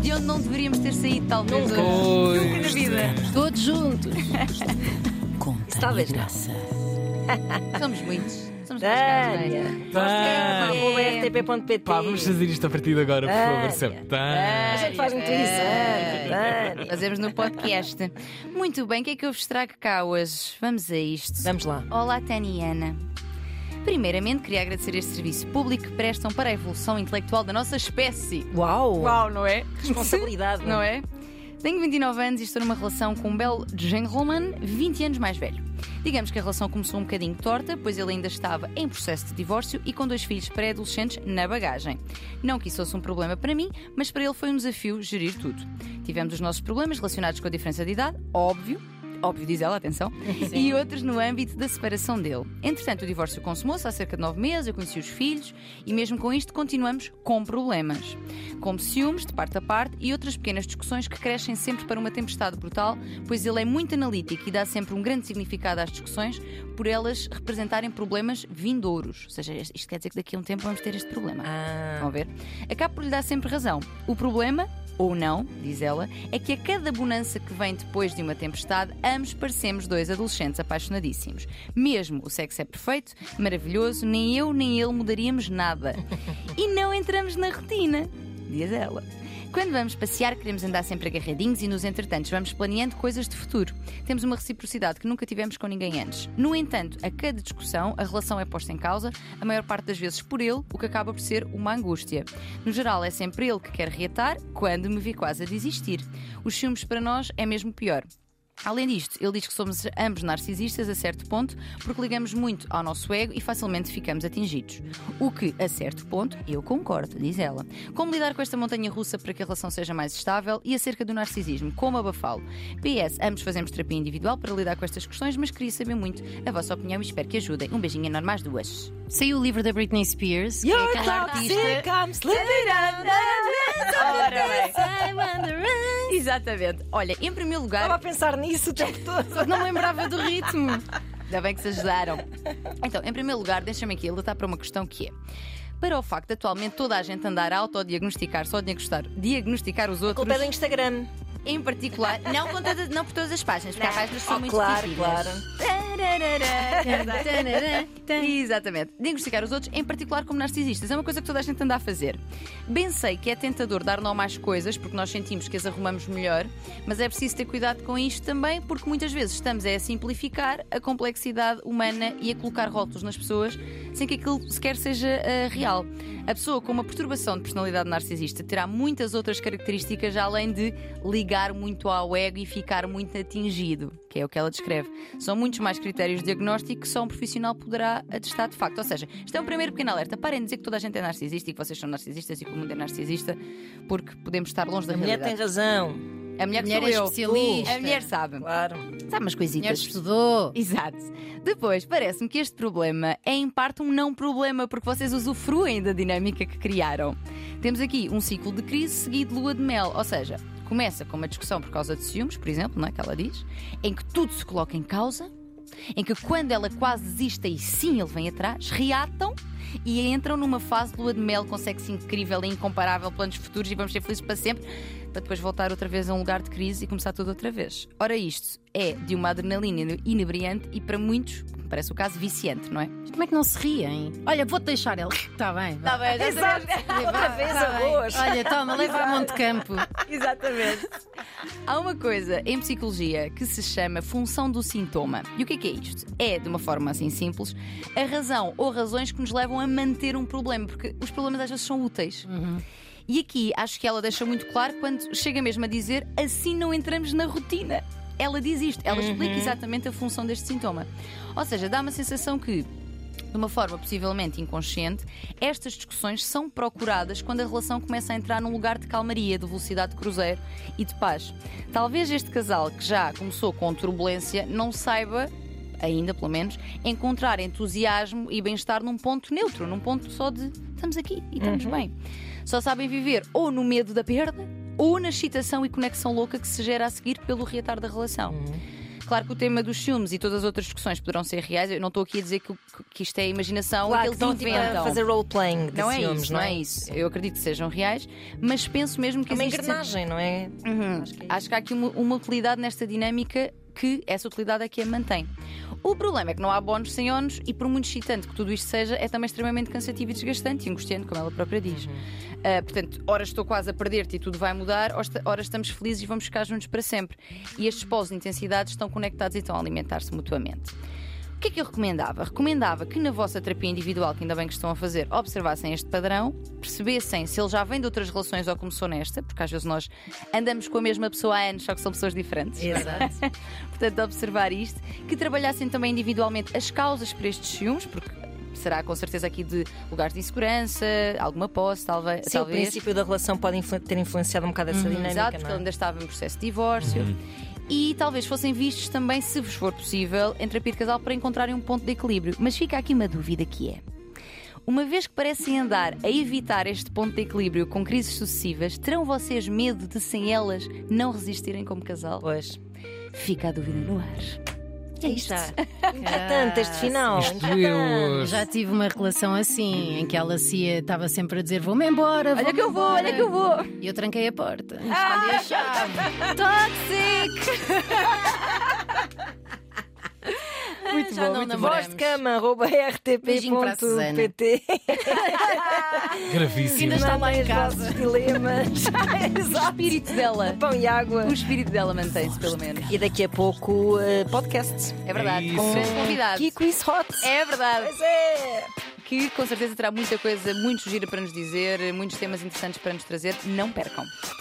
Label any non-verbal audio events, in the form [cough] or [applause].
de onde não deveríamos ter saído, talvez. hoje. Pois. Na vida. Todos juntos. Conta-me Talvez não. graça. Somos muitos. Somos Tânia. cascados, Tânia. Arroba rtp.pt. Pá, vamos fazer isto a partir de agora, por favor, sempre. A Tânia. gente faz muito isso. Tânia. é? Fazemos no podcast. Muito bem, o que é que eu vos trago cá hoje? Vamos a isto. Vamos lá. Olá, Tânia e Ana. Primeiramente, queria agradecer este serviço público que prestam para a evolução intelectual da nossa espécie. Uau! Uau, não é? Responsabilidade. Não é? Tenho 29 anos e estou numa relação com um belo gentleman 20 anos mais velho. Digamos que a relação começou um bocadinho torta, pois ele ainda estava em processo de divórcio e com dois filhos pré-adolescentes na bagagem. Não que isso fosse um problema para mim, mas para ele foi um desafio gerir tudo. Tivemos os nossos problemas relacionados com a diferença de idade, óbvio, óbvio, diz ela, atenção, e outros no âmbito da separação dele. Entretanto, o divórcio consumou-se há cerca de nove meses, eu conheci os filhos e, mesmo com isto, continuamos com problemas. Como ciúmes, de parte a parte, e outras pequenas discussões que crescem sempre para uma tempestade brutal, pois ele é muito analítico e dá sempre um grande significado às discussões por elas representarem problemas vindouros. Ou seja, isto quer dizer que daqui a um tempo vamos ter este problema. Vão Ah, ver? Acaba por lhe dar sempre razão. O problema, ou não, diz ela, é que a cada bonança que vem depois de uma tempestade, ambos parecemos dois adolescentes apaixonadíssimos. Mesmo o sexo é perfeito, maravilhoso, nem eu nem ele mudaríamos nada. E não entramos na rotina, diz ela. Quando vamos passear, queremos andar sempre agarradinhos e, nos entretantos, vamos planeando coisas de futuro. Temos uma reciprocidade que nunca tivemos com ninguém antes. No entanto, a cada discussão, a relação é posta em causa, a maior parte das vezes por ele, o que acaba por ser uma angústia. No geral, é sempre ele que quer reatar, quando me vi quase a desistir. Os ciúmes para nós é mesmo pior. Além disto, ele diz que somos ambos narcisistas a certo ponto, porque ligamos muito ao nosso ego e facilmente ficamos atingidos. O que, a certo ponto, eu concordo, diz ela. Como lidar com esta montanha russa para que a relação seja mais estável e acerca do narcisismo, como abafá-lo? PS, ambos fazemos terapia individual para lidar com estas questões, mas queria saber muito a vossa opinião e espero que ajudem. Um beijinho enorme às duas. Saiu o livro da Britney Spears. que é Your aquela toxic artista. comes living on the Ora bem. Exatamente. Olha, em primeiro lugar. Estava a pensar nisso o tempo todo. Não me lembrava do ritmo. Ainda bem que se ajudaram. Então, em primeiro lugar, deixa-me aqui alertar para uma questão que é. Para o facto de atualmente toda a gente andar a autodiagnosticar, só diagnosticar, diagnosticar os outros, Culpa é do Instagram. em particular, não, com todas- não por todas as páginas, porque há páginas que são Oh, muito claro, difíceis. claro. [laughs] Tararara, tararara, tararara. Exatamente. Diagnosticar os outros, em particular como narcisistas, é uma coisa que toda a gente anda a fazer. Bem sei que é tentador dar nó a mais coisas, porque nós sentimos que as arrumamos melhor, mas é preciso ter cuidado com isto também, porque muitas vezes estamos é a simplificar a complexidade humana e a colocar rótulos nas pessoas sem que aquilo sequer seja ah, real. A pessoa com uma perturbação de personalidade narcisista terá muitas outras características além de ligar muito ao ego e ficar muito atingido, que é o que ela descreve. São muitos mais critérios de diagnóstico que só um profissional poderá atestar de facto. Ou seja, isto é um primeiro pequeno alerta. Parem de dizer que toda a gente é narcisista e que vocês são narcisistas e que o mundo é narcisista, porque podemos estar longe da A mulher tem realidade. razão. A mulher, que Mulher sou é eu. especialista. A mulher sabe. Claro. Sabe umas Mulher coisitas. estudou. [laughs] Exato. Depois, parece-me que este problema é em parte um não problema, porque vocês usufruem da dinâmica que criaram. Temos aqui um ciclo de crise seguido de lua de mel, ou seja, começa com uma discussão por causa de ciúmes, por exemplo, não é que ela diz, em que tudo se coloca em causa, em que quando ela quase desista e sim ele vem atrás, reatam e entram numa fase de lua de mel com sexo incrível e incomparável, planos futuros e vamos ser felizes para sempre, para depois voltar outra vez a um lugar de crise e começar tudo outra vez. Ora, isto é de uma adrenalina inebriante e para muitos, parece o caso, viciante, não é? Mas Como é que não se riem? Olha, vou-te deixar ele. [laughs] Está bem. vá. bem, Exato. Outra vez Tá bem. arroz. Olha, toma, leva a Monte Campo. Exatamente. Há uma coisa em psicologia que se chama função do sintoma. E o que é que é isto? É, de uma forma assim simples, a razão ou razões que nos levam a manter um problema, porque os problemas às vezes são úteis. E aqui acho que ela deixa muito claro quando chega mesmo a dizer assim não entramos na rotina. Ela diz isto, ela explica exatamente a função deste sintoma. Ou seja, dá uma sensação que de uma forma possivelmente inconsciente, estas discussões são procuradas quando a relação começa a entrar num lugar de calmaria, de velocidade de cruzeiro e de paz. Talvez este casal, que já começou com turbulência, não saiba, ainda pelo menos, encontrar entusiasmo e bem-estar num ponto neutro, num ponto só de estamos aqui e estamos bem. Só sabem viver ou no medo da perda ou na excitação e conexão louca que se gera a seguir pelo reatar da relação. Claro que o tema dos filmes e todas as outras discussões poderão ser reais. Eu não estou aqui a dizer que, que isto é imaginação e Claro, que que estão eles tipo a inventam. fazer role-playing de então, Não é ciúmes, isso, não é isso. Eu acredito que sejam reais, mas penso mesmo que É uma existe- engrenagem, não é? Uhum. Acho que é isso. Acho que há aqui uma, uma utilidade nesta dinâmica que essa utilidade é que a mantém. O problema é que não há bónus sem ónus e, por muito excitante que tudo isto seja, é também extremamente cansativo e desgastante e angustiante, como ela própria diz. Ah, portanto, ora estou quase a perder-te e tudo vai mudar, ou esta- ora estamos felizes e vamos ficar juntos para sempre. E estes polos de intensidade estão conectados e estão a alimentar-se mutuamente. O que é que eu recomendava? Recomendava que na vossa terapia individual, que ainda bem que estão a fazer, observassem este padrão, percebessem se ele já vem de outras relações ou começou nesta, porque às vezes nós andamos com a mesma pessoa há anos, só que são pessoas diferentes. é Exato. [laughs] Portanto, observar isto, que trabalhassem também individualmente as causas para estes ciúmes, porque será com certeza aqui de lugares de insegurança, alguma posse, talvez. Sim, o talvez. princípio da relação pode influ- ter influenciado um bocado essa Uhum. dinâmica. Exato, porque não ele é? ainda estava em processo de divórcio. Uhum. E talvez fossem vistos também, se vos for possível, em terapia de casal para encontrarem um ponto de equilíbrio. Mas fica aqui uma dúvida que é. Uma vez que parecem andar a evitar este ponto de equilíbrio com crises sucessivas, terão vocês medo de, sem elas, não resistirem como casal? Pois. Fica a dúvida no ar. É isto. Tanto Ah, este final. Então, Isto eu. eh, Já tive uma relação assim, em que ela se ia- estava sempre a dizer: Vou-me embora, Olha vou-me que eu vou, olha embora." que eu Ah, vou. E eu tranquei a porta. Escondi a chave. Tá, Tóxico! [laughs] Muito Já bom, não muito bom. Voz de cama, arroba Beijinho para a Susana. rtp.pt. Gravíssimo. Ainda está lá Mandem em os casa. vossos [laughs] dilemas. [laughs] O Exato. espírito dela. Pão e água. O espírito dela mantém-se, pelo menos. E daqui a pouco, eh, podcast. É verdade, É com isso. grandes convidados. Kiko e Hot. É verdade. Pois é. que com certeza terá muita coisa muito gira para nos dizer, muitos temas interessantes para nos trazer. Não percam.